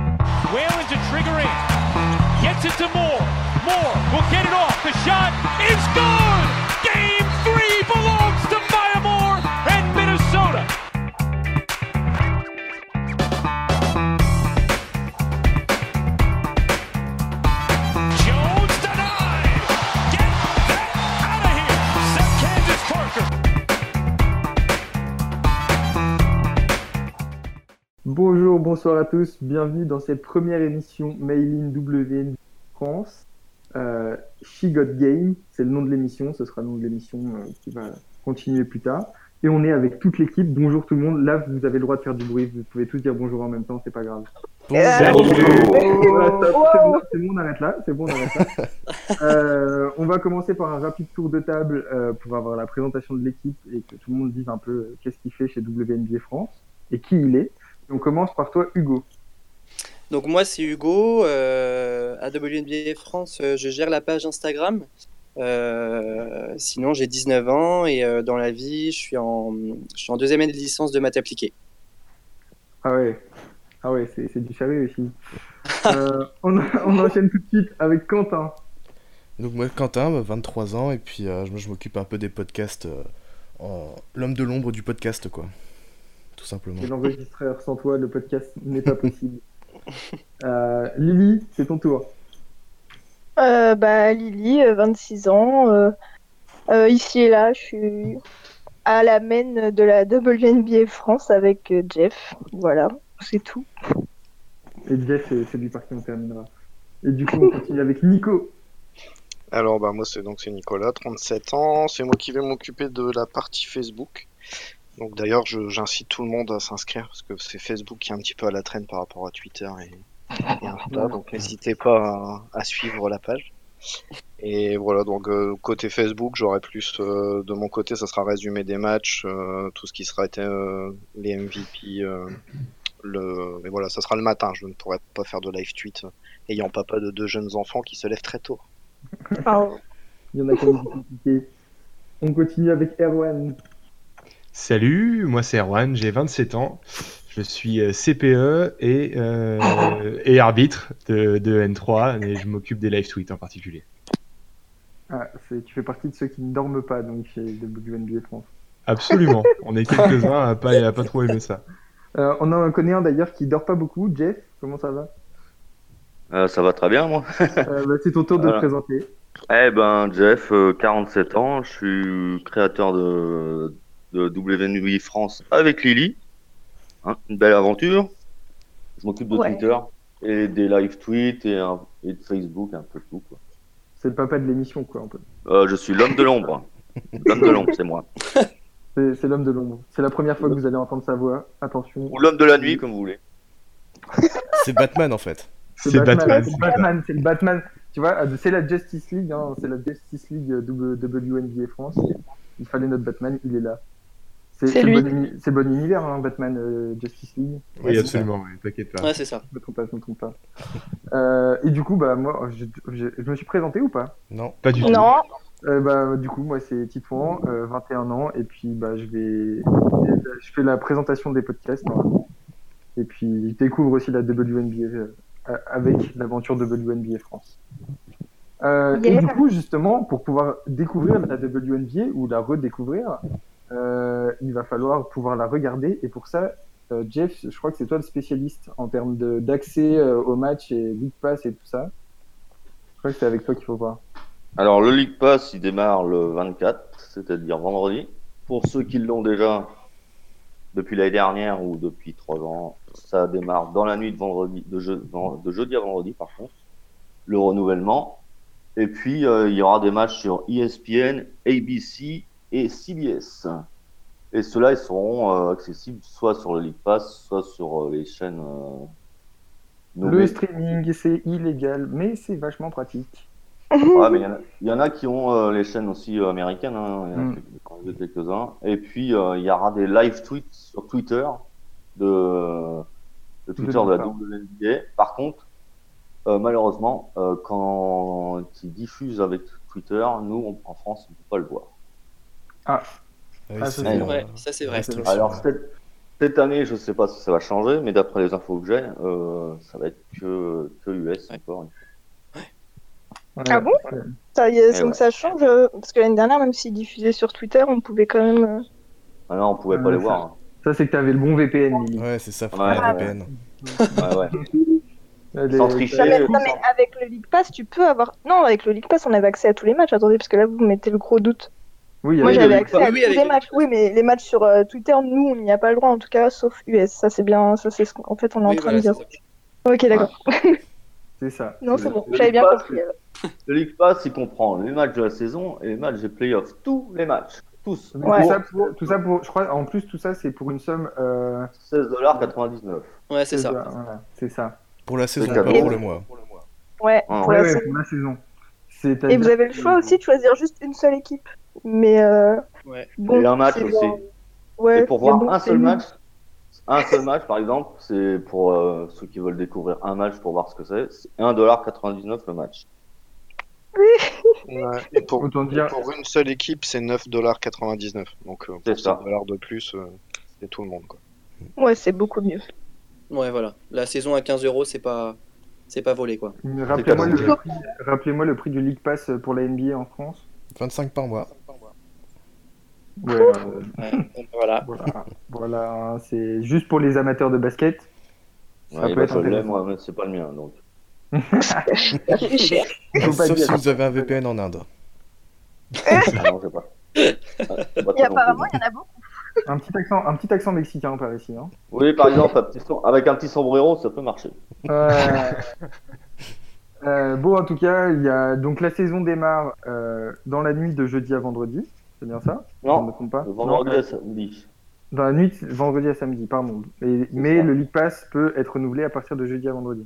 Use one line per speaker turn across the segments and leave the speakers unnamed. Whalen to trigger in. Gets it to Moore. Moore will get it off. The shot is good. Game three belongs to Maya Moore and Minnesota. Jones denied. Get that out of here. Seth Candace Parker.
Bonjour, bonsoir à tous, bienvenue dans cette première émission Mail in WN France. Euh, She Got Game, c'est le nom de l'émission, ce sera le nom de l'émission euh, qui va continuer plus tard. Et on est avec toute l'équipe, bonjour tout le monde, là vous avez le droit de faire du bruit, vous pouvez tous dire bonjour en même temps, c'est pas grave. Voilà, stop, c'est bon, c'est bon, on arrête là, c'est bon, on arrête là. Euh, on va commencer par un rapide tour de table euh, pour avoir la présentation de l'équipe et que tout le monde dise un peu euh, qu'est-ce qu'il fait chez WNBA France et qui il est. Et on commence par toi, Hugo.
Donc moi c'est Hugo, euh, à WNBA France euh, je gère la page Instagram. Euh, sinon j'ai 19 ans et euh, dans la vie je suis, en, je suis en deuxième année de licence de maths appliquées.
Ah ouais, ah ouais, c'est, c'est du chalet aussi. Euh, on, on enchaîne tout de suite avec Quentin.
Donc moi, Quentin, bah, 23 ans, et puis euh, je, je m'occupe un peu des podcasts, euh, en- l'homme de l'ombre du podcast, quoi. Tout simplement.
Et l'enregistreur, sans toi, le podcast n'est pas possible. Euh, Lily, c'est ton tour.
Euh, bah, Lily, euh, 26 ans. euh, euh, ici et là, je suis à la main de la WNBA France avec euh, Jeff. Voilà, c'est tout.
Et Jeff, c'est, c'est lui par qui on terminera. Et du coup, on continue avec Nico.
Alors bah moi c'est donc c'est Nicolas, 37 ans, c'est moi qui vais m'occuper de la partie Facebook. Donc d'ailleurs je- j'incite tout le monde à s'inscrire parce que c'est Facebook qui est un petit peu à la traîne par rapport à Twitter et, et Insta, donc n'hésitez pas à, à suivre la page. Et voilà donc euh, côté Facebook j'aurai plus euh, de mon côté ça sera résumé des matchs, euh, tout ce qui sera été euh, les MVP. euh, le... Mais voilà, ça sera le matin, je ne pourrai pas faire de live tweet euh, ayant papa de deux jeunes enfants qui se lèvent très tôt.
Il y en a qui ont des difficultés. On continue avec Erwan.
Salut, moi c'est Erwan, j'ai 27 ans, je suis euh, CPE et, euh, et arbitre de, de N3 et je m'occupe des live tweets en particulier.
Ah, c'est- tu fais partie de ceux qui ne dorment pas donc chez WNBA France.
Absolument, on est quelques-uns à pas, à pas trop aimer ça.
Euh, on en connaît un d'ailleurs qui dort pas beaucoup. Jeff, comment ça va
Euh, ça va très bien, moi.
Euh, bah, C'est ton tour de
Voilà.
te présenter.
Eh ben, Jeff, euh, 47 ans, je suis créateur de, de WNUI France avec Lily. Hein, une belle aventure. Je m'occupe de
Ouais.
Twitter et des live tweets et, un- et de Facebook, un peu tout. Quoi.
C'est le papa de l'émission, quoi, un peu.
Euh, je suis l'homme de l'ombre. l'homme de l'ombre, c'est moi.
C'est, c'est l'homme de l'ombre. C'est la première fois que vous allez entendre sa voix. Attention.
Ou l'homme de la nuit, comme vous voulez.
C'est Batman, en fait.
C'est Batman.
C'est le Batman. C'est le Batman. Tu vois, euh, c'est la Justice League. hein, c'est la Justice League euh, W- WNBA France. Il fallait notre Batman. Il est là. C'est,
C'est
le
lui.
bon uni- c'est le bon univers, hein, Batman euh, Justice League.
Oui,
Ouais,
absolument, ouais, t'inquiète pas.
Ouais c'est ça.
Je me trompe pas, je me trompe pas. Euh, et du coup, bah, moi, je, je, je me suis présenté ou pas
c'est ça. Non.
Pas du tout.
Non,
Euh, bah, Du coup, moi, c'est Titouan, euh, 21 ans, et puis bah, je vais. Je fais la présentation des podcasts. normalement. Et puis, je découvre aussi la WNBA euh, avec l'aventure WNBA France. Euh, Et
Yeah.
du coup, justement, pour pouvoir découvrir la WNBA ou la redécouvrir, euh, il va falloir pouvoir la regarder. Et pour ça, euh, Jeff, je crois que c'est toi le spécialiste en termes de- d'accès euh, au match et Big Pass et tout ça. Je crois que c'est avec toi qu'il faut voir.
Alors, le League Pass, il démarre le 24, c'est-à-dire vendredi. Pour ceux qui l'ont déjà depuis l'année dernière ou depuis trois ans, ça démarre dans la nuit de, vendredi, de, je- de jeudi à vendredi, par contre, le renouvellement. Et puis, euh, il y aura des matchs sur E ESPN, ABC et CBS. Et ceux-là, ils seront euh, accessibles soit sur le League Pass, soit sur euh, les chaînes. euh,
Le
nommées.
streaming, c'est illégal, mais c'est vachement pratique.
Ouais, mais il y en a- il y, en a qui ont euh, les chaînes aussi euh, américaines, hein. il y en a
Mm.
quelques- quelques-uns. Et puis, euh, il y aura des live tweets sur Twitter de, de Twitter de, la
Twitter.
WNBA. Par contre, euh, malheureusement, euh, quand ils diffusent avec Twitter, nous, on- en France, on peut pas le voir.
Ah
Ah,
oui, c'est Ah,
ça,
C'est
Ouais.
vrai, ça c'est vrai.
restriction.
Alors, cette, Cette année, je ne sais pas si ça va changer, mais d'après les infos que j'ai, euh, ça va être que, que US
Ouais.
encore.
Ah bon Ça y est, donc
ouais.
ça change. euh, Parce que l'année dernière, même s'ils diffusaient sur Twitter, on pouvait quand même. euh,
Ah non, on pouvait
Ouais,
pas les
ça-
voir.
Ça, c'est que t'avais le bon VPN, Lily.
Ouais, c'est ça, faut
Ouais,
la
ouais.
VPN.
hein. Ouais, ouais.
Elle est-
Sans tricher.
Non, mais,
euh,
non, mais avec le League Pass, tu peux avoir. Non, avec le League Pass, on avait accès à tous les matchs. Attendez, parce que là, vous mettez le gros doute.
Oui,
Moi,
elle-
j'avais
League
accès
Pass.
à
Oui,
tous
avec
les
le
matchs. Oui, mais les matchs sur euh, Twitter, nous, on n'y a pas le droit, en tout cas, sauf US. Ça, c'est bien. Ça, c'est ce qu'en fait, on est en
Oui,
train
voilà,
de dire.
c'est ça.
Ok, d'accord.
c'est ça.
Non, c'est bon. J'avais
Le
bien
League Pass,
compris. euh, alors.
Le League Pass, il comprend les matchs de la saison et les matchs des playoffs. Tous les matchs. Tous.
Mais
Ouais.
Tout, ça pour, tout ça pour, je crois, en plus, tout ça, c'est pour une somme. Euh,
16,99$.
Ouais, c'est ça.
voilà, c'est ça.
Pour la saison,
ça,
pas
bon.
pour le mois.
Ouais,
Ah,
pour
Ouais,
la
ouais,
saison.
pour la saison.
Et vous avez le choix aussi de choisir juste une seule équipe. Mais. euh,
Ouais.
bon,
Et un match
c'est
aussi.
genre- Ouais,
et pour
mais
voir
bon,
un
c'est
seul
nul.
match, un seul match par exemple, c'est pour euh, ceux qui veulent découvrir un match pour voir ce que c'est, c'est 1,99$ le match.
Ouais, et pour,
Autant dire-
et pour une seule équipe, c'est 9,99$. Donc euh,
C'est
pour
ça.
5 dollars de plus, euh, c'est tout le monde. Quoi.
Ouais, c'est beaucoup mieux.
Ouais, voilà. La saison à 15 euros, c'est pas, c'est pas volé quoi.
Rappelez-moi
C'est
le, prix, rappelez-moi le prix du League Pass pour la NBA en France.
25 par mois.
Ouais, euh,
Ouais, voilà.
voilà, voilà hein, c'est juste pour les amateurs de basket. Ça
Ouais,
peut
bah,
être
je l'ai,
intéressant.
moi, mais c'est pas le mien. Donc.
Ça fait cher.
Faut pas
Sauf
dire.
si vous avez un VPN en Inde.
Ah non, j'ai pas. Ah, c'est pas
Et
toi non
apparemment,
plus.
il y en a beaucoup.
Un petit accent, un petit accent mexicain par ici. Hein.
Oui, par exemple, un petit som- avec un petit sombrero, ça peut marcher.
Euh, euh, bon, en tout cas, il y a donc la saison démarre euh, dans la nuit de jeudi à vendredi. C'est bien ça Je ne me
Non,
trompe pas.
le vendredi
Non, euh,
à samedi.
dans la nuit, de vendredi à samedi, pardon. Et- mais
ça.
le League Pass peut être renouvelé à partir de jeudi à vendredi.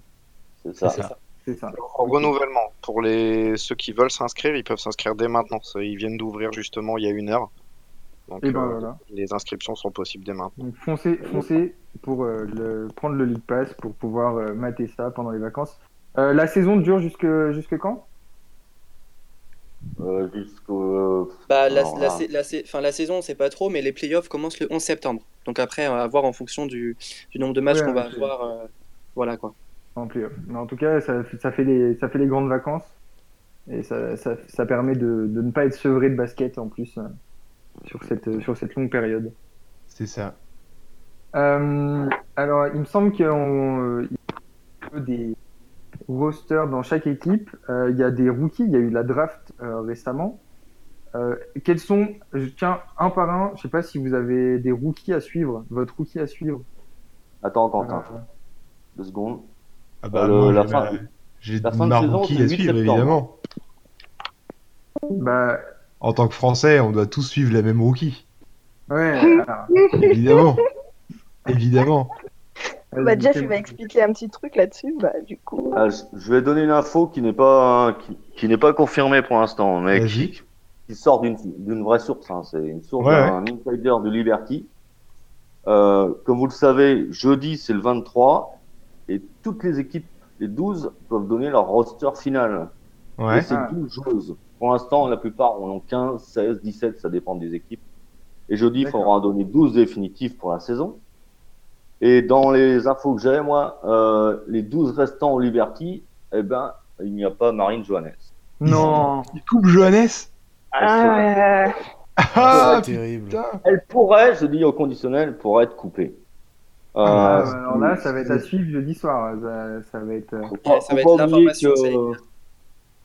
C'est ça.
C'est ça.
C'est ça.
En renouvellement, pour les... ceux qui veulent s'inscrire, ils peuvent s'inscrire dès maintenant. Ça, Ils viennent d'ouvrir justement il y a une heure. Donc
Et ben
euh,
voilà.
les inscriptions sont possibles dès maintenant.
Donc foncez, foncez pour euh, le, prendre le League Pass pour pouvoir euh, mater ça pendant les vacances. Euh, la saison dure jusque, jusque quand
Euh, Jusqu'au.
Bah, la,
Alors
la,
là.
sa- la sa- enfin, la saison, c'est pas trop, mais les playoffs commencent le 11 septembre. Donc après, à voir en fonction du, du nombre de matchs
Ouais,
qu'on va
ok.
avoir. euh, voilà quoi.
en playoff Mais en tout cas, ça, ça, fait les, ça fait les grandes vacances. Et ça, ça, ça permet de, de ne pas être sevré de basket en plus euh, sur, cette, euh, sur cette longue période.
C'est ça.
Euh, alors, il me semble qu'il y euh, a des rosters dans chaque équipe. Euh, il y a des rookies, il y a eu la draft euh, récemment. Euh, quels sont, je tiens un par un, je sais pas si vous avez des rookies à suivre, votre rookie à suivre.
Attends, Quentin,
Euh,
deux secondes.
Ah
Euh,
moi,
la
j'ai
fin-
ma- J'ai
la fin de
ma
saison,
rookie
c'est
à
le 8
suivre,
septembre.
évidemment.
bah,
En tant que Français, on doit tous suivre la même rookie.
ouais. ah, alors,
Évidemment. évidemment.
Bah, Jeff, il va
vas-y,
expliquer un petit truc là-dessus. Bah, du coup.
Ah, je- je vais donner une info qui n'est pas, hein, qui, qui n'est pas confirmée pour l'instant, mais
Vas-y.
qui sort d'une- d'une vraie source. hein. C'est une source
Ouais,
d'un insider de Liberty. Euh, comme vous le savez, jeudi c'est le 23 et toutes les équipes, les 12, doivent donner leur roster final. Et
Ouais.
c'est
Ah.
12 joueuses. Pour l'instant, la plupart en ont 15, 16, 17, ça dépend des équipes. Et jeudi, il
D'accord.
faudra en donner 12 définitifs pour la saison. Et dans les infos que j'ai, moi, euh, les 12 restants au Liberty, eh ben, il n'y a pas Marine Johannes.
Non,
Il coupe Johannes
Ah,
Ah
c'est terrible.
putain
Elle pourrait, je dis au conditionnel, pourrait être coupée. Euh,
Ah, bah, alors là, ça va être à suivre jeudi soir. Ça, ça va être. euh,
Faut pas,
Ouais, ça va
faut
être
pas oublier
l'information, hein.
que-
ça y est.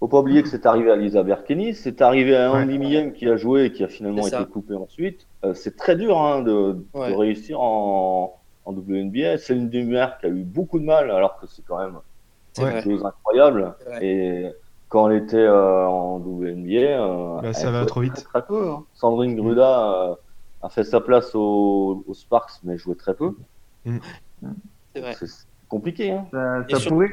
faut pas oublier que c'est arrivé à Lisa Berkeny, c'est arrivé à Andy Millen qui a joué et qui a finalement
C'est
été
ça.
coupé ensuite. Euh, c'est très dur hein, de, de
Ouais.
réussir en, en WNBA. C'est une demi-heure qui a eu beaucoup de mal alors que c'est quand même
C'est
Ouais.
une
vrai.
chose incroyable.
C'est vrai.
Et quand elle était euh, en WNBA, euh,
Bah, ça
elle
va
jouait
trop vite.
Très, très peu. hein. Sandrine Gruda euh, a fait sa place au, au Sparks, mais jouait très peu.
Mm.
C'est vrai.
C'est c'est compliqué. Hein.
Ça,
Et
ça
sur-
pourrait.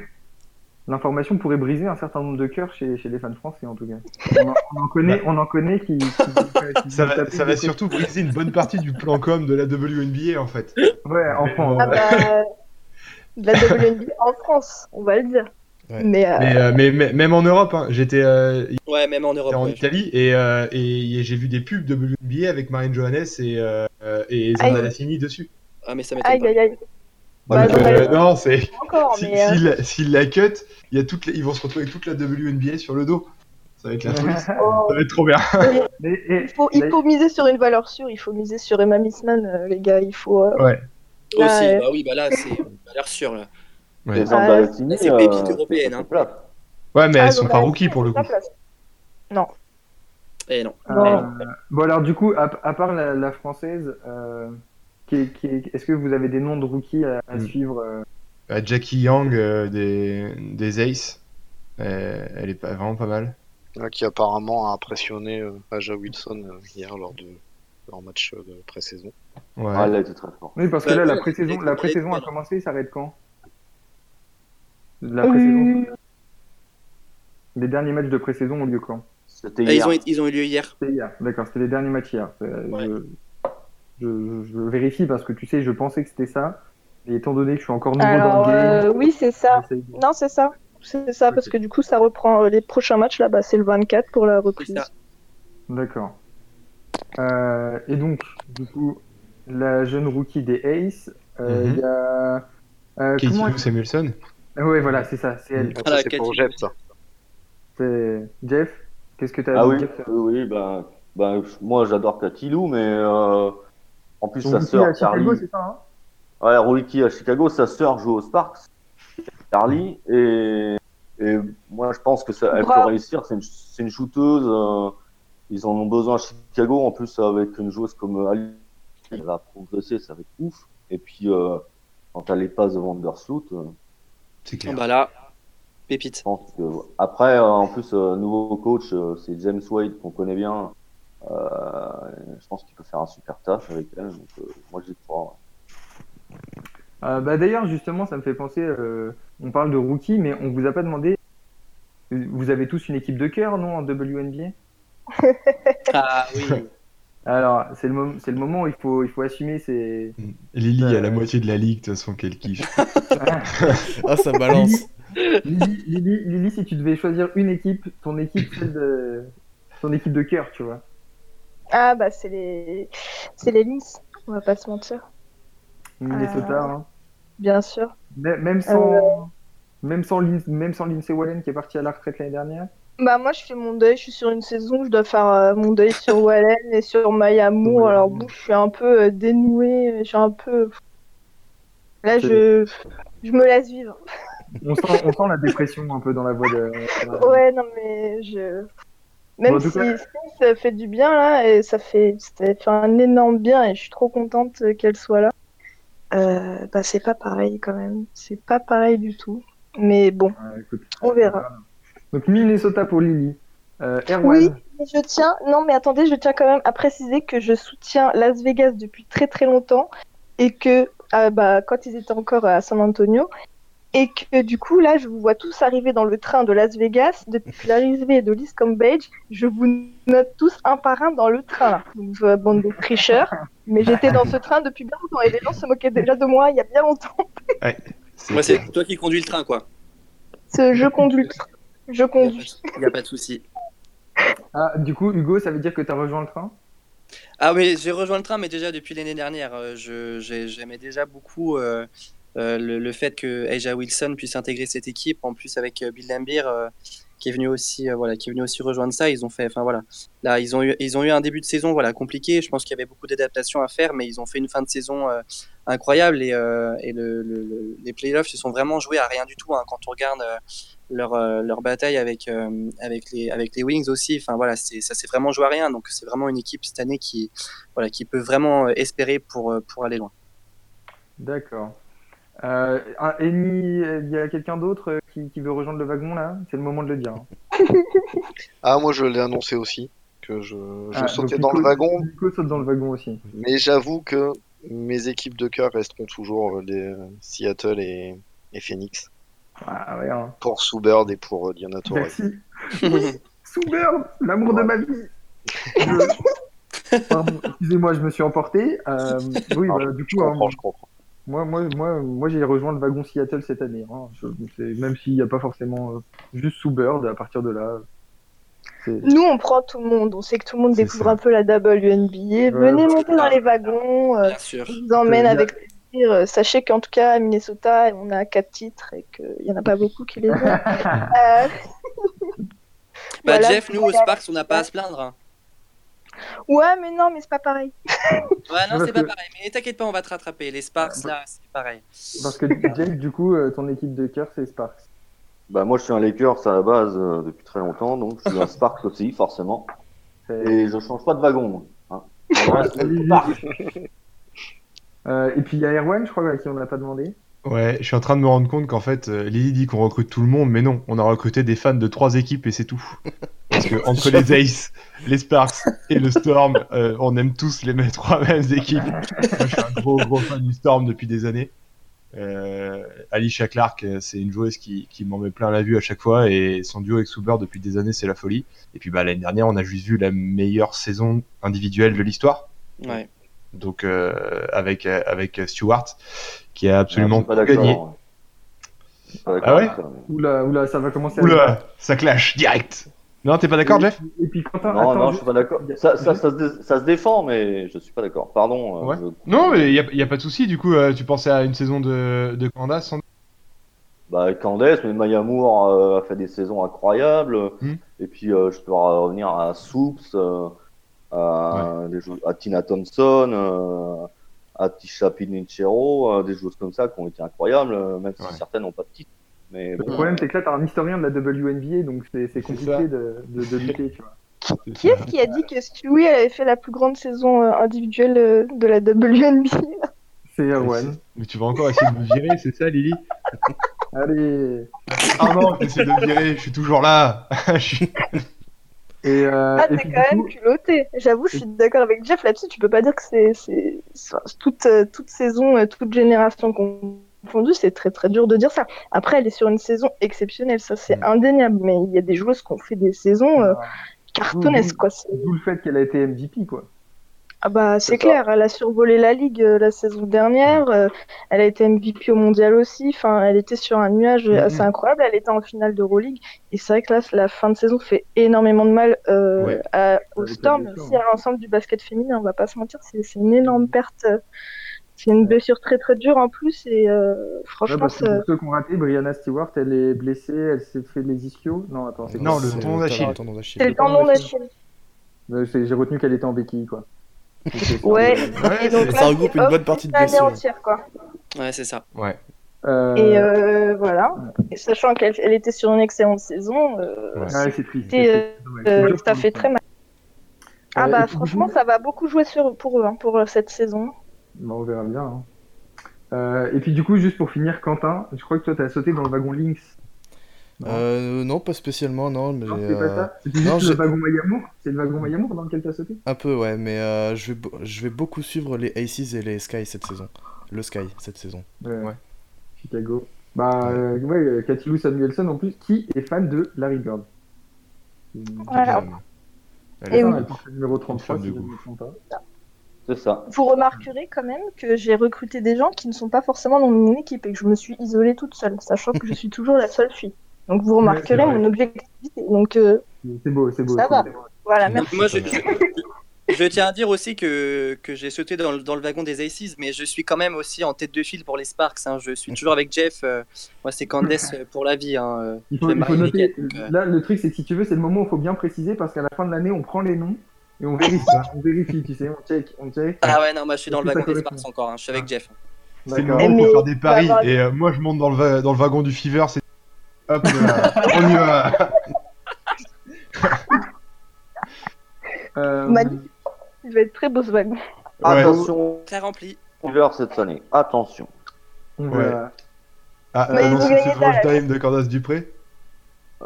L'information pourrait briser un certain nombre de cœurs chez, chez les fans français, en tout cas. On en, on en connaît, on en connaît qui. qui- qui-
ça va,
qui-
ça va surtout briser une bonne partie du plan com de la WNBA en fait.
Ouais, enfin.
ah bah. De la WNBA en France, on va le dire.
Ouais.
Mais, euh,
Mais, euh, mais, mais- même en Europe, hein, j'étais euh,
Ouais, même en Europe.
en
ouais.
Italie et, euh, et j'ai vu des pubs WNBA avec Marine Johannes et, euh, et
Aïe.
Zandalafini dessus.
Ah, mais ça m'étonne
Aïe,
pas.
aïe, aïe.
Donc,
Bah, j'aurais
euh,
le temps
non, c'est.
encore,
Si-
mais. euh,
S'ils la- s'ils la cut, il y a toute la- ils vont se retrouver avec toute la WNBA sur le dos. Ça va
Ah
être la folie. Ça
oh,
va être trop bien.
Mais, et-
il, faut, il faut miser sur une valeur sûre, il faut miser sur Emma Missman, euh, les gars. Il faut. euh,
Ouais.
là,
Aussi,
euh,
bah oui, bah là, c'est à l'air sûr. Là.
Ouais.
Les Andalatini,
Ah, C'est
euh,
pépite européenne, hein.
c'est plate.
Ouais, mais
ah,
elles sont
donc,
pas
bah,
rookies pour le
c'est
coup.
la place.
Et Eh non.
Non.
Euh, bon, alors du coup, à, à part la, la française, euh, qui- qui- est-ce que vous avez des noms de rookies à, à
Mm.
suivre euh,
Euh, Jackie Yang euh, des, des Aces, euh, elle est pas, vraiment pas mal.
Là, qui apparemment a impressionné euh, Aja Wilson euh, hier lors de leur match euh, de pré-saison.
Ouais.
Ah, elle a été très forte.
Oui, parce que
Bah,
là, la
ouais,
pré-saison,
les-
la
les-
pré-saison a
les-
commencé, ça arrête quand La pré-saison,
Euh,
les derniers matchs de pré-saison ont lieu quand
C'était
Ah, ils,
hier.
ont, ils ont eu lieu hier.
C'était hier, d'accord, c'était les derniers matchs hier. Euh,
Ouais.
je, je- je vérifie parce que tu sais, je pensais que c'était ça, mais étant donné que je suis encore nouveau
Alors,
dans le
euh,
game,
oui, c'est ça.
j'essaie de-
Non, c'est ça. C'est ça, parce que du coup, ça reprend euh, les prochains matchs là-bas. C'est le 24 pour la reprise.
ça.
D'accord. Euh, et donc, du coup, la jeune rookie des Aces, euh, il
Mhm.
y a. euh,
Katie
comment
Lou Samuelson.
elle- Ouais, voilà, c'est ça, c'est elle.
Ah,
Ah,
ça,
la
c'est pour
Cathy.
Jeff, ça.
C'est Jeff, qu'est-ce que tu as
Ah oui, oui, oui, ben, ben, je- moi j'adore Katilou, mais euh, en plus sa sœur Charlie.
c'est ça, hein
Ouais, Roliki à Chicago, sa sœur joue au Sparks, Charlie, et, et moi je pense que ça, elle peut
Bravo.
réussir. C'est une, c'est une shooteuse, euh, ils en ont besoin à Chicago. En plus, avec une joueuse comme euh, Ali, elle va progresser, ça va être ouf. Et puis, euh, quand t'as les passes de Vandersloot, euh,
C'est
Ah,
clair.
Bah là, pépite.
je pense que. Après, euh, en plus, euh, nouveau coach, euh, c'est James Wade qu'on connaît bien. Euh, je pense qu'il peut faire un super taf avec elle, donc euh, moi j'y crois.
Euh, bah, D'ailleurs, justement, ça me fait penser. euh, on parle de rookie, mais on vous a pas demandé. Vous avez tous une équipe de cœur, non, en WNBA
Ah oui.
Alors, c'est le, mom- c'est le moment où il faut, il faut assumer ses.
Mm. Lily
Euh,
a la moitié de la ligue, de toute façon, qu'elle kiffe.
Ah, ça balance.
Lily, Lily, Lily, si tu devais choisir une équipe, ton équipe, celle de. Ton équipe de cœur, tu vois.
Ah, bah, c'est les. C'est les Lynx, on va pas se mentir.
Minnesota,
Euh.
hein.
Bien sûr.
M- Même
Euh.
sans. Même sans, Lin- même sans Lindsay Wallen qui est parti à la retraite l'année dernière.
Bah moi je fais mon deuil, je suis sur une saison, je dois faire euh, mon deuil sur Wallen et sur My Amour.
Ouais.
Alors bon, je suis un peu euh, dénouée, euh, je suis un peu... Là je... je me laisse vivre.
On sent, on sent la dépression un peu dans la voix de.
Ouais, non mais je... Même
en tout
si
cas-
si ça fait du bien là, et ça fait, ça fait un énorme bien et je suis trop contente euh, qu'elle soit là. Euh, bah c'est pas pareil quand même, c'est pas pareil du tout. Mais bon,
Ouais, écoute.
on verra.
Donc Minnesota pour Lily. Euh, Erwan,
Oui, mais je tiens, non mais attendez, je tiens quand même à préciser que je soutiens Las Vegas depuis très très longtemps et que ah bah, quand ils étaient encore à San Antonio et que du coup là je vous vois tous arriver dans le train de Las Vegas depuis l'arrivée de Liz Cambage, je vous note tous un par un dans le train là. Donc euh, bande de tricheurs, mais j'étais dans ce train depuis bien longtemps et les gens se moquaient déjà de moi il y a bien longtemps.
Moi,
clair.
c'est toi qui conduis le train, quoi.
Ce je conduis, le train. je
Il
conduis.
n'y a pas de souci.
Ah, du coup, Hugo, ça veut dire que tu as rejoint le train
Ah oui, j'ai rejoint le train, mais déjà depuis l'année dernière. Euh, je- j'ai- J'aimais déjà beaucoup euh, euh, le, le fait que Aja Wilson puisse intégrer cette équipe, en plus avec euh, Bill Lambier, euh, qui est venu aussi, euh, voilà, qui est venu aussi rejoindre ça. Ils ont fait, enfin voilà, là ils ont eu, ils ont eu un début de saison, voilà, compliqué. Je pense qu'il y avait beaucoup d'adaptations à faire, mais ils ont fait une fin de saison euh, incroyable et, euh, et le, le- le- les playoffs se sont vraiment joués à rien du tout. hein, quand on regarde euh, leur, euh, leur bataille avec, euh, avec, les, avec les Wings aussi. Enfin voilà, c'est- ça s'est vraiment joué à rien. Donc c'est vraiment une équipe cette année qui, voilà, qui peut vraiment euh, espérer pour, euh, pour aller loin.
D'accord. Euh, un- Amy, euh, il y a quelqu'un d'autre euh, qui, qui veut rejoindre le wagon là C'est le moment de le dire.
Ah, moi, je l'ai annoncé aussi, que je, je
Ah,
sautais
donc
dans le
Nico-
wagon,
Nico saute dans le wagon aussi.
mais j'avoue que mes équipes de cœur resteront toujours euh, les euh, Seattle et, et Phoenix,
Ah ouais. Hein.
pour Soubird et pour euh, Diana Torres.
Merci. Oui, Souberbe, l'amour de ma vie. Je- Pardon, Excusez-moi, je me suis emporté. Euh, oui,
Ah,
bah, du
je
coup, hein,
comprends, je comprends.
moi, moi, moi, moi, j'ai rejoint le wagon Seattle cette année. hein. Je- c'est- même s'il n'y a pas forcément euh, juste Soubird, à partir de là, c'est-
Nous, on prend tout le monde. On sait que tout le monde
C'est
découvre
ça.
un peu la WNBA. Venez monter dans les wagons. euh,
Bien sûr.
je vous emmène
Euh,
avec dire, euh, sachez qu'en tout cas, à Minnesota, on a quatre titres et qu'il n'y en a pas beaucoup qui les ont. Euh,
Bah,
Voilà.
Jeff, nous, au Sparks, on n'a pas à se plaindre. hein.
Ouais, mais non, mais c'est pas pareil.
Ouais, non,
Parce
c'est pas
que-
pareil. Mais t'inquiète pas, on va te rattraper. Les Sparks, là, c'est pareil.
Parce que Jake, du coup, euh, ton équipe de cœur, c'est Sparks.
Bah, moi, je suis un Lakers à la base euh, depuis très longtemps, donc je suis un Spark aussi, forcément.
C'est-
Et je change pas de wagon, moi. hein. Je reste au
Oui.
Spark.
Euh, et puis il y a Erwan, je crois, à qui on n'a pas demandé.
Ouais, je suis en train de me rendre compte qu'en fait, euh, Lily dit qu'on recrute tout le monde, mais non, on a recruté des fans de trois équipes et c'est tout. Parce que entre les Aces, les Sparks et le Storm, euh, on aime tous les mêmes- trois mêmes équipes. Moi, je suis un gros, gros fan du Storm depuis des années. Euh, Alicia Clark, euh, c'est une joueuse qui, qui m'en met plein la vue à chaque fois et son duo avec Souber depuis des années, c'est la folie. Et puis bah, l'année dernière, on a juste vu la meilleure saison individuelle de l'histoire
Ouais.
donc euh, avec euh, avec Stewart qui a
Je
absolument
suis Ah, pas
tout
d'accord.
gagné.
Je suis pas d'accord
Ah ouais
avec ça, mais-
Oula, oula, ça va commencer à.
Oula, ça clash direct. Non, t'es pas d'accord, Jeff
Et puis Quentin,
Non,
attends,
non, je suis pas d'accord. Ça, ça, ça, se dé- ça se défend, mais je suis pas d'accord. Pardon. euh,
Ouais.
je-
Non, mais y a, y a pas de souci. Du coup, euh, tu pensais à une saison de de Candace sans...
Bah, Candace, mais Maya Moore euh, a fait des saisons incroyables.
Hmm.
Et puis, euh, je peux revenir à Soups, euh, à, des jou- à Tina Thompson, euh, à Tisha Pinchero, des joueuses comme ça qui ont été incroyables, euh, même si
Ouais.
certaines n'ont pas de titre. Mais
Le
bon,
problème, c'est que là, t'as un historien de la WNBA, donc c'est c'est
ça.
compliqué de, de, de lutter, tu vois.
Qui est-ce qui a dit que Stewie elle avait fait la plus grande saison euh, individuelle euh, de la WNBA
C'est
Mais
Erwan.
c'est- Mais tu vas encore essayer de me virer, c'est ça, Lily
Allez.
Ah non, t'essaies de me virer, je suis toujours là. Je suis-
Et, euh,
Ah,
et
t'es
puis,
quand
du
même
coup,
culotté. J'avoue, je suis d'accord avec Jeff là-dessus. Tu peux pas dire que c'est. c'est- enfin, Toute, euh, toute saison, euh, toute génération confondue, c'est très très dur de dire ça. Après, elle est sur une saison exceptionnelle, ça c'est
Mm.
indéniable. Mais il y a des joueuses qui ont fait des saisons
Mm.
euh, cartonnesques, quoi. C'est-
euh, D'où le fait qu'elle a été MVP, quoi.
Ah bah
C'est
c'est clair, elle a survolé la ligue euh, la saison dernière, euh, elle a été MVP au mondial aussi, enfin elle était sur un nuage
Mm-hmm.
Mhm.
assez incroyable, elle était en finale d'Euroleague et c'est vrai que là la fin de saison fait énormément de mal euh,
Ouais.
à- au
Avec la
Storm, mais
blessure,
hein.
aussi à l'ensemble du basket féminin, on va pas se mentir, c'est c'est une
Mm-hmm.
énorme perte, euh, c'est une blessure très très dure en plus et euh,
Ouais,
bah,
franchement
parce que
ça-
pour ceux qui ont raté, Brianna Stewart, elle est blessée, elle s'est fait les ischios. Non, attends, c'est
Non,
quoi
le
c'est
tendon
ta-
d'Achille.
le tendon d'Achille.
c'est le
le tendon
tendon
d'Achille.
d'Achille.
Euh, c'est- J'ai retenu qu'elle était en béquille, quoi.
Ouais,
Ouais,
et donc
c'est-
là,
ça regroupe
c'est
une
off
bonne partie de
toute l'année
blessures.
entière, quoi.
Ouais, c'est ça.
Ouais.
Euh,
Et euh, voilà, Et sachant qu'elle elle était sur une excellente saison, euh,
Ouais.
ouais, c'est triste. c'est
c'était,
triste, ouais. C'est
euh,
dur
ça
pour
fait
le
très mal. Ah
Ouais, Euh, et
bah
puis,
franchement, ça va beaucoup jouer sur pour eux hein, pour euh, cette saison.
Bah, on verra bien. hein. Euh, et puis du coup, juste pour finir, Quentin, je crois que toi, t'as sauté dans le wagon Lynx.
Euh, non, pas spécialement, non. Mais,
Non, c'est
euh,
pas ça. C'était
non,
juste
j'ai-
le wagon Mayamour. C'est le wagon Mayamour dans lequel t'as sauté.
Un peu, ouais, mais euh, je, vais bo- je vais beaucoup suivre les Aces et les Sky cette saison. Le Sky cette saison.
Ouais.
Chicago. Bah euh, ouais, euh, Cathy Lou Samuelson en plus, qui est fan de Larry Bird. Ah,
Voilà.
Évidemment.
Et
Attends,
Eh oui.
Elle porte le numéro 33,
Une femme
si
de
je ne
goût.
me trompe pas.
c'est ça.
Vous remarquerez quand même que j'ai recruté des gens qui ne sont pas forcément dans mon équipe et que je me suis isolée toute seule, sachant que je suis toujours la seule fille. Donc vous remarquerez
vrai.
mon objectivité. Donc euh,
C'est beau, c'est beau.
Ça
c'est
va.
beau.
voilà,
Non.
merci.
Moi, je, je- je tiens à dire aussi que, que j'ai sauté dans, le- dans le wagon des Aces, mais je suis quand même aussi en tête de file pour les Sparks. hein. Je suis toujours avec Jeff. euh, moi, c'est Candace euh, pour la vie. hein, euh.
Il faut,
Je vais
il faut
marier
noter.
Mickaël, donc, euh.
Là, le truc, c'est que si tu veux, c'est le moment où il faut bien préciser parce qu'à la fin de l'année, on prend les noms et on vérifie. on vérifie, tu sais, on check, on check.
Ah ouais, non, moi, je suis dans le
Est-ce que
wagon
ça
des
correspond
Sparks encore. hein. Je suis avec Jeff.
C'est le
D'accord.
moment où on
Mais-
peut faire des paris.
Bah, bah,
Et euh, moi, je monte dans le, va- dans le wagon du Fever. C'est hop, euh, on y va.
Euh,
Magnifique. Il va être très beau ce wagon.
Ouais.
Attention,
Très rempli.
Fever cette année. Attention.
on
Ouais.
va-
Ah,
Mais ils ont
annonce
gagné
cette
la-
roll time de Candace Dupré.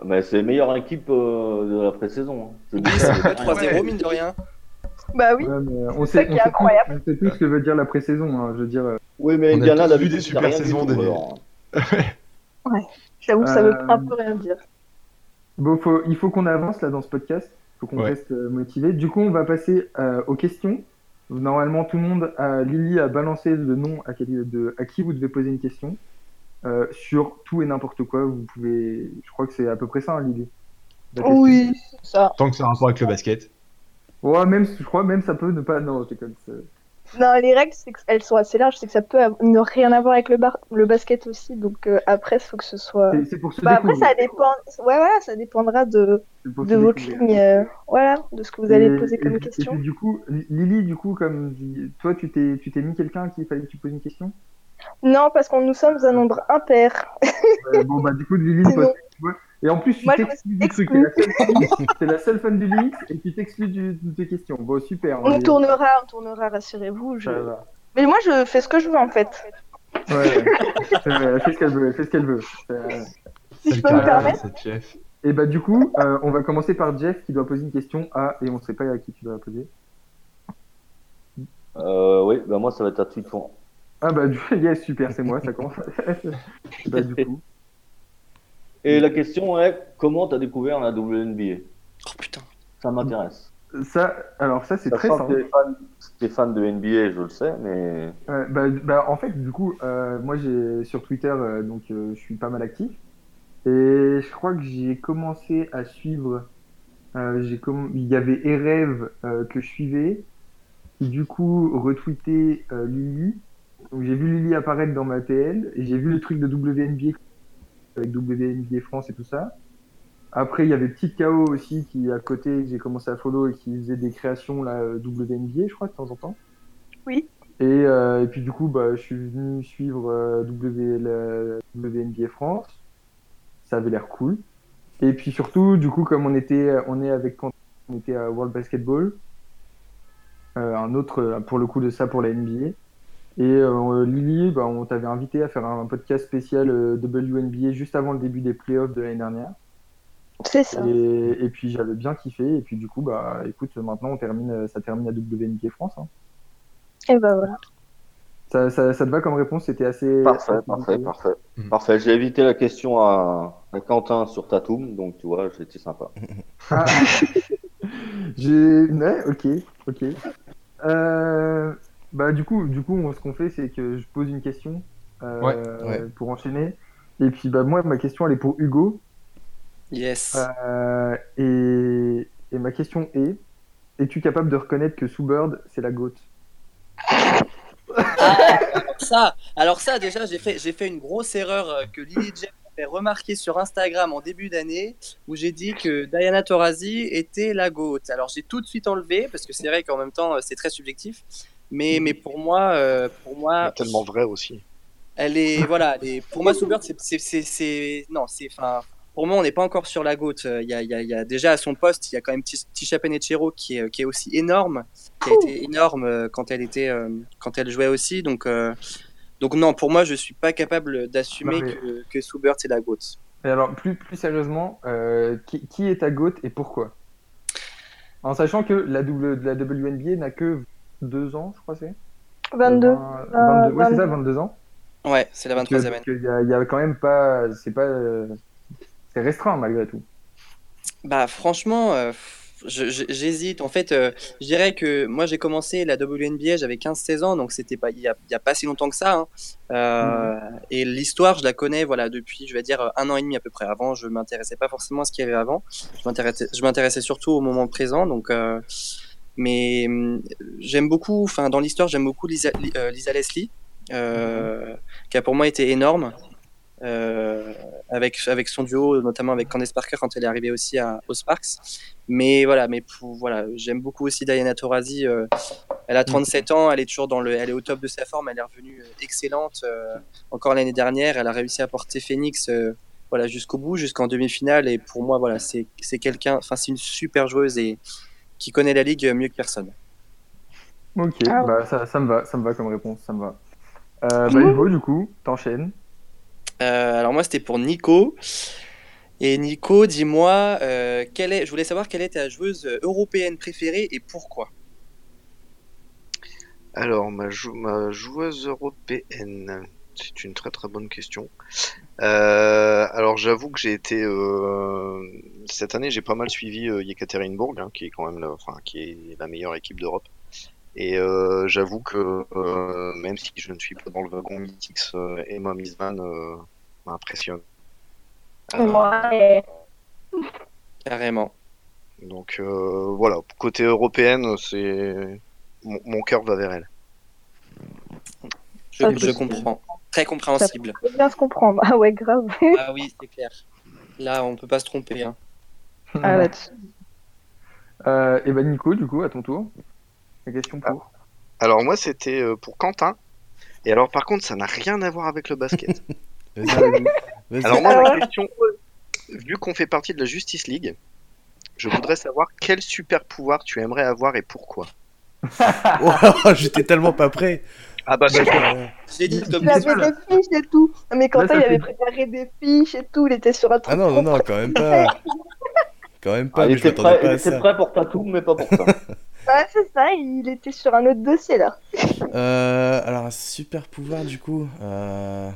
Mais c'est meilleure équipe euh, de la pré-saison. hein. Je dis
Oui,
ça,
c'est
mais-
3-0, mine de rien.
Bah oui.
Ouais, mais on
ça
sait,
qui
on
est
sait
incroyable.
Tous, on sait tous ce que veut dire la pré-saison. hein, je veux dire, euh,
Oui, mais
On a tous
Indiana,
vu
d'habitude,
des
c'est
super
rien du
saisons
tout, euh.
des-
alors.
J'avoue que ça veut
Euh,
un peu rien dire.
bon, faut- il faut qu'on avance là dans ce podcast. Il faut qu'on
Ouais.
reste euh, motivé. Du coup, on va passer euh, aux questions. Normalement, tout le monde, a, Lily a balancé le nom à, quel- de- à qui vous devez poser une question euh, sur tout et n'importe quoi. Vous pouvez, je crois que c'est à peu près ça, hein, Lily. La question.
Oui, c'est ça.
Tant que ça a rapport avec le basket.
Ouais, même, je crois même ça peut ne pas. Non, je déconne. c'est-
Non, les règles, c'est qu'elles sont assez larges, c'est que ça peut av- ne rien avoir avec le, bar- le basket aussi, donc euh, après, il faut que ce soit.
C'est- C'est pour se
Bah, après,
découvrir.
ça dépend. Ouais, voilà, ça dépendra de,
C'est pour se
de votre
découvrir.
ligne, euh, voilà, de ce que vous allez
Et-
poser
et-
comme
et puis,
question.
du coup, Li- Lily, du coup, comme dit- toi, tu t'es, tu t'es mis quelqu'un qui fallait que tu poses une question.
Non, parce qu'on nous sommes un nombre impair.
Euh, bon bah du coup, Lily,
C'est
toi,
bon.
tu vois. Et en plus, tu
Moi, je
t'exclus
me
du
suis
truc. T'es la, seule... t'es la seule fan du Linux et tu t'exclus du... des questions. Bon, super.
On
mais-
tournera, on tournera, rassurez-vous. je-
Ça va.
Mais moi, je fais ce que je veux en fait.
Ouais. Euh, elle fait ce qu'elle veut. Elle fait ce qu'elle veut. Euh,
Si
Quel
je peux me
caractère,
permettre.
cette chef.
Et bah du coup, euh, on va commencer par Jeff qui doit poser une question à et on sait pas à qui tu dois la poser.
Euh, oui, bah moi ça va être à Twiton.
Ah bah du... yes super, c'est moi. Ça commence. bah du coup.
Et
Mm.
la question est comment t'as découvert la WNBA
Oh putain.
Ça m'intéresse.
Ça, alors ça c'est très
Sachant
simple.
que t'es fan- T'es fan de NBA, je le sais, mais
Ouais, bah, bah, en fait, du coup, euh, moi, j'ai sur Twitter, euh, donc euh, je suis pas mal actif. Et je crois que j'ai commencé à suivre. euh, j'ai comm- Il y avait Erev euh, que je suivais, qui du coup retweetait euh, Lily. Donc j'ai vu Lily apparaître dans ma TL, et j'ai vu le truc de WNBA avec WNBA France et tout ça. Après, il y avait Petit KO aussi qui à côté que j'ai commencé à follow et qui faisait des créations là euh, WNBA, je crois de temps en temps. Et, euh, et puis du coup, bah, je suis venu suivre euh, W- euh, la- WNBA France. Ça avait l'air cool. Et puis surtout, du coup, comme on était, on est avec, Quentin, on était à World Basketball, euh, un autre euh, pour le coup de ça pour la NBA. Et euh, Lily, bah, on t'avait invité à faire un podcast spécial euh, WNBA juste avant le début des playoffs de l'année dernière.
C'est ça.
Et, et puis j'avais bien kiffé. Et puis du coup, bah, écoute, maintenant on termine, euh, ça termine à WNBA France. hein.
Et bah voilà.
Ça, ça, ça te va comme réponse C'était assez.
Parfait,
assez
parfait,
compliqué.
parfait.
Mm.
Mhm.
Parfait, j'ai évité la question à, à Quentin sur Tatum, donc tu vois, j'étais sympa.
Ah. J'ai. Ouais, ok, ok. Euh, Bah, du coup, du coup, on- ce qu'on fait, c'est que je pose une question euh,
Ouais,
ouais.
pour enchaîner. Et puis, bah, moi, ma question, elle est pour Hugo.
Yes.
Euh, et... et ma question est es-tu capable de reconnaître que Sue Bird, c'est la gote
Ça, alors ça, déjà, j'ai fait, j'ai fait une grosse erreur euh, que Lily Jeff m'a fait remarquer sur Instagram en début d'année, où j'ai dit que Diana Taurasi était la GOAT. Alors j'ai tout de suite enlevé, parce que c'est vrai qu'en même temps, euh, c'est très subjectif. Mais, mais pour moi, euh, pour moi,
C'est tellement vrai aussi.
elle est, voilà, elle est- pour moi, Souber, c'est, c'est, c'est, c'est- non, c'est, enfin, pour moi, on n'est pas encore sur la goutte. Euh, Il y a, il y a- il y a- déjà à son poste, il y a quand même Tis- Tisha Penechero qui est, qui est aussi énorme, qui a été énorme euh, quand elle était, euh, quand elle jouait aussi. Donc, euh, donc non, pour moi, je suis pas capable d'assumer
Non, mais-
que, que Souber, c'est la goutte.
Et alors, plus, plus sérieusement, euh, qui, qui est ta gote et pourquoi En sachant que la, w, la WNBA n'a que deux ans, je crois, c'est
22.
Vingt- 22, Euh, ouais, c'est ça, 22 ans.
Ouais, c'est la 23 e année.
Parce qu'il y, a- il y a quand même pas. C'est pas. euh, C'est restreint malgré tout.
Bah franchement, euh, je- je- j'hésite. En fait, euh, je dirais que moi j'ai commencé la WNBA, j'avais 15-16 ans, donc c'était pas il y a, il y a pas si longtemps que ça. hein. Euh, Et l'histoire, je la connais voilà depuis, je vais dire un an et demi à peu près. Avant, je m'intéressais pas forcément à ce qu'il y avait avant. Je m'intéressais, je m'intéressais surtout au moment présent. Donc, euh, mais hum, j'aime beaucoup. Enfin, dans l'histoire, j'aime beaucoup Lisa, Li- euh, Lisa Leslie, euh, qui a pour moi été énorme. Euh, avec, avec son duo, notamment avec Candace Parker quand elle est arrivée aussi à, aux Sparks. Mais voilà, mais pour, voilà, j'aime beaucoup aussi Diana Taurasi. euh, elle a 37 ans, elle est toujours dans le, elle est au top de sa forme, elle est revenue euh, excellente. euh, encore l'année dernière, elle a réussi à porter Phoenix euh, voilà, jusqu'au bout, jusqu'en demi-finale. Et pour moi, voilà, c'est c'est quelqu'un, enfin, c'est une super joueuse et qui connaît la ligue mieux que personne.
Ok,
Ah ouais.
bah, ça, ça me va, ça me va comme réponse, ça me va. Euh, bah, Hugo, du coup, t'enchaînes.
Euh, alors moi, c'était pour Nico. Et Nico, dis-moi, euh, quelle est, je voulais savoir quelle est ta joueuse euh, européenne préférée et pourquoi.
Alors, ma, jou- ma joueuse européenne, c'est une très très bonne question. Euh, alors, j'avoue que j'ai été euh, cette année, j'ai pas mal suivi euh, Yekaterinbourg, hein, qui est quand même, la, enfin, qui est la meilleure équipe d'Europe. Et euh, j'avoue que euh, même si je ne suis pas dans le wagon Mythics, euh, Emma Misman euh, m'impressionne. Euh,
Ouais.
Carrément.
donc euh, voilà, côté européenne, c'est mon, mon cœur va vers elle.
Je,
Ok.
je comprends. Très compréhensible.
Faut bien se comprendre. Ah ouais, grave.
Ah oui, c'est clair. Là, on peut pas se tromper. hein.
Ah, là-dessus.
Euh, et ben Nico, du coup, à ton tour. La question pour.
Alors moi c'était euh, pour Quentin. Et alors par contre ça n'a rien à voir avec le basket.
Vas-y. Vas-y.
alors moi
Ah
ma
ouais
question, euh, vu qu'on fait partie de la Justice League, je voudrais savoir quel super pouvoir tu aimerais avoir et pourquoi.
Wow, Oh, J'étais tellement pas prêt. Euh,
Ah bah c'est
J'ai dit comme
Il avait des fiches et tout. Non, Mais
Là,
Quentin,
ça
il
fait-
avait préparé des fiches et tout. Il était sur un truc.
Ah non, non, non, quand même pas. Quand même pas,
Ah, il
mais je
était
m'attendais
prêt, il
pas à
était
ça.
prêt pour Tatum, mais pas pour ça.
Ouais, c'est ça. Il était sur un autre dossier là.
Euh, alors, un super pouvoir, du coup. Euh...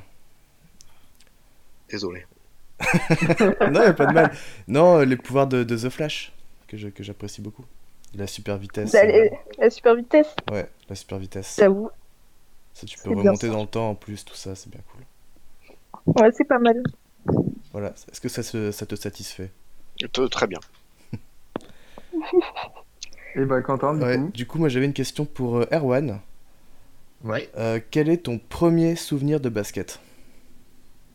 désolé.
Non, y a pas de mal. Non, euh, les pouvoirs de, de The Flash, que je- que j'apprécie beaucoup. La super vitesse.
Vous allez- La super vitesse,
euh, Ouais, la super vitesse.
j'avoue.
Ça, tu
c'est
peux
bien
remonter
ça.
dans le temps en plus, tout ça, c'est bien cool.
Ouais, c'est pas mal.
Voilà, est-ce que ça, se- ça te satisfait
Te- Très bien.
Et ben Quentin, du
Ouais,
coup.
du coup, moi j'avais une question pour euh, Erwan.
Ouais.
Euh, quel est ton premier souvenir de basket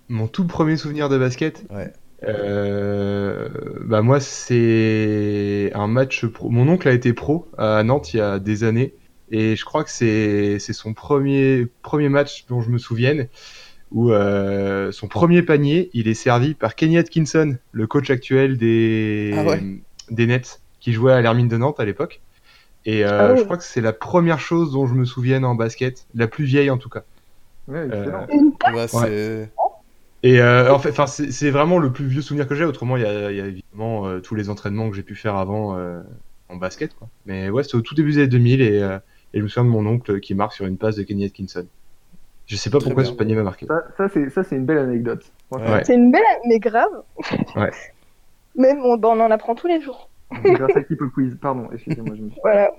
Mon tout premier souvenir de basket
Ouais.
Euh, bah moi c'est un match pro. Mon oncle a été pro à Nantes il y a des années et je crois que c'est c'est son premier premier match dont je me souvienne où euh, son premier panier il est servi par Kenny Atkinson le coach actuel des
Ah ouais.
des Nets qui jouait à l'Hermine de Nantes à l'époque et euh,
Ah ouais.
je crois que c'est la première chose dont je me souvienne en basket la plus vieille en tout cas Euh,
Ouais, excellent.
Bah, c'est-
et euh, en fait, enfin, c'est c'est vraiment le plus vieux souvenir que j'ai. Autrement, il y a, il y a évidemment euh, tous les entraînements que j'ai pu faire avant euh, en basket. Quoi. Mais ouais, c'était au tout début des années 2000 et, euh, et je me souviens de mon oncle qui marque sur une passe de Kenny Atkinson. Je sais pas
Très
pourquoi
bien.
ce panier m'a marqué.
Ça, ça, c'est ça, c'est une belle anecdote. Franchement,
Ouais.
C'est une belle, mais grave.
Ouais.
Même on, bah, on en apprend tous les jours.
c'est grâce à qui peut quiz. Pardon, excusez-moi. Je me...
Voilà.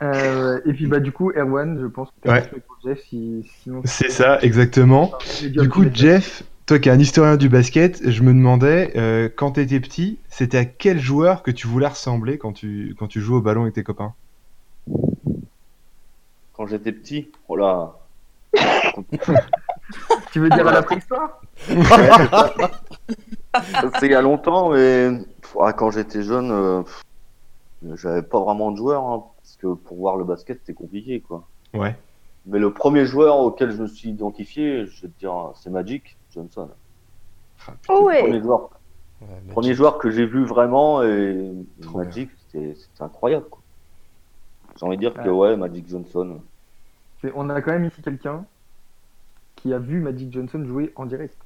Euh, et puis bah du coup, Erwan, je pense que t'as
Ouais.
un truc pour Jeff, si- sinon.
C'est ça, exactement.
Ah,
Du coup, Jeff, toi qui es un historien du basket, je me demandais, euh, quand t'étais petit, c'était à quel joueur que tu voulais ressembler quand tu, quand tu jouais au ballon avec tes copains
Quand j'étais petit, oh là,
tu veux dire à la préhistoire
c'est il y a longtemps, mais pff, ah, quand j'étais jeune, euh, pff, j'avais pas vraiment de joueur, hein, parce que pour voir le basket, c'était compliqué, quoi.
Ouais.
Mais le premier joueur auquel je me suis identifié, je vais te dire, c'est Magic Johnson.
Ah,
Oh
C'est le
ouais.
Premier joueur,
Ouais, mais-
premier joueur que j'ai vu vraiment, et
Trop
Magic, c'était c'était incroyable, quoi. J'ai envie de dire que
Ouais.
ouais, Magic Johnson.
C'est- On a quand même ici quelqu'un qui a vu Magic Johnson jouer en direct.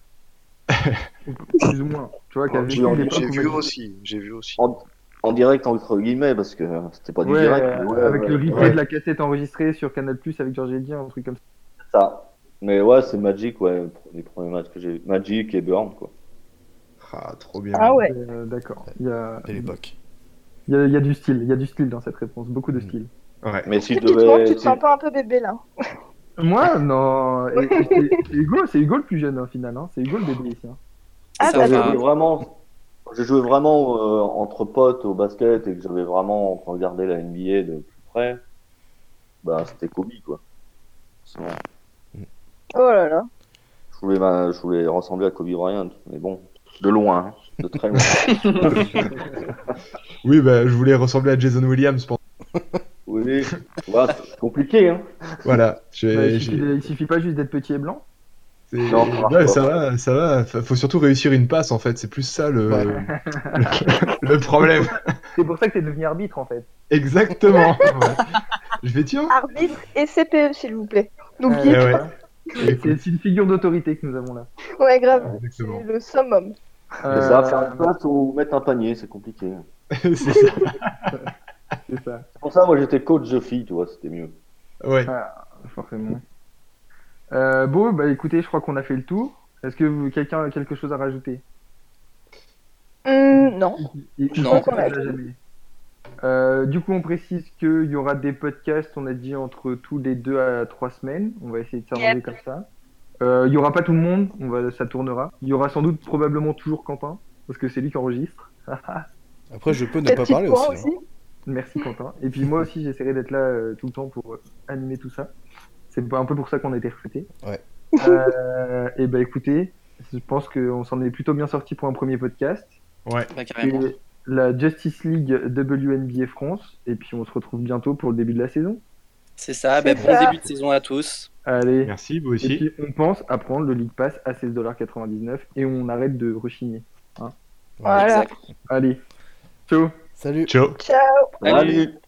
Plus ou moins. Tu vois, qui a
Oh,
J'ai
vécu l'époque
j'ai
où
vu
Magic-
aussi, j'ai vu aussi.
En, en direct, entre guillemets, parce que euh, c'était pas du
Ouais,
direct.
euh,
mais ouais,
avec
ouais,
le replay
ouais,
de la cassette enregistrée sur Canal Plus avec Georges Edien, un truc comme ça.
c'est ça. Mais ouais, c'est Magic, ouais, les premiers matchs que j'ai Magic et Burn, quoi.
Ah, trop bien.
Ah ouais.
Euh, D'accord. Il y a,
Belle époque.
il y a- il y a du style. Il y a du style dans cette réponse. Beaucoup de
Mm.
style.
Ouais.
Mais si je
Typiquement,
devais.
tu te
si-
sens pas un peu bébé là.
Moi, non. et- et c'est c'est Hugo, c'est Hugo le plus jeune, au final. hein. C'est Hugo le bébé ici. hein.
Ah,
Ça
Quand
bah,
j'ai
va.
joué vraiment, quand j'ai joué vraiment euh, entre potes au basket et que j'avais vraiment regardé la NBA de plus près, bah c'était Kobe quoi. Sinon,
Oh là là.
je voulais, ma- je voulais ressembler à Kobe Bryant, mais bon, de loin, hein, de très loin.
Oui, bah, je voulais ressembler à Jason Williams. Pour...
oui, oui. Ouais, c'est compliqué hein.
Voilà.
Ouais,
j'ai-
il,
Euh, j'ai-
suffit, il suffit pas juste d'être petit et blanc.
C'est-
Non, ça marche
Ouais,
pas.
ça va, ça va. Fa- Faut surtout réussir une passe en fait. C'est plus ça le,
Ouais.
le... le problème.
C'est pour ça que t'es devenu arbitre, en fait.
Exactement. Ouais. Je vais tiens.
Arbitre et CPE, s'il vous plaît.
Euh,
N'oubliez
Eh ouais.
voilà. C'est c'est une figure d'autorité que nous avons là.
pas. Ouais, grave.
Exactement.
C'est le summum.
Mais ça,
Euh,
faire une passe ou mettre un panier, c'est compliqué.
C'est ça.
c'est ça,
C'est pour ça, moi j'étais coach de filles, tu vois, c'était mieux.
Ouais.
forcément. Euh, bon, bah écoutez, je crois qu'on a fait le tour. Est-ce que vous, quelqu'un a quelque chose à rajouter
Hum, non.
Il- il-
Non.
on l'a jamais. Euh, du coup, on précise qu'il y aura des podcasts, on a dit, entre tous les deux à trois semaines. On va essayer de s'arranger
Yep.
comme ça. Euh, Il y aura pas tout le monde, on va, ça tournera. Il y aura sans doute probablement toujours Quentin, parce que c'est lui qui enregistre.
Après, je peux ne
Peut-être
pas
petit
parler
point
aussi. hein.
Merci Quentin. Et puis moi aussi, j'essaierai d'être là euh, tout le temps pour euh, animer tout ça. C'est un peu pour ça qu'on a été recruté.
Ouais.
et ben écoutez, je pense qu'on s'en est plutôt bien sorti pour un premier podcast.
Ouais.
Bah, carrément.
Et la Justice League WNBA France. Et puis on se retrouve bientôt pour le début de la saison.
C'est ça, bah,
C'est
bon
ça.
début de saison à tous.
Allez.
Merci, vous
Et
aussi.
puis on pense à prendre le League Pass à 16,99$ et on arrête de rechigner.
Voilà.
Exact.
Allez, ciao
Salut
Ciao.
Ciao.
Salut.
Salut.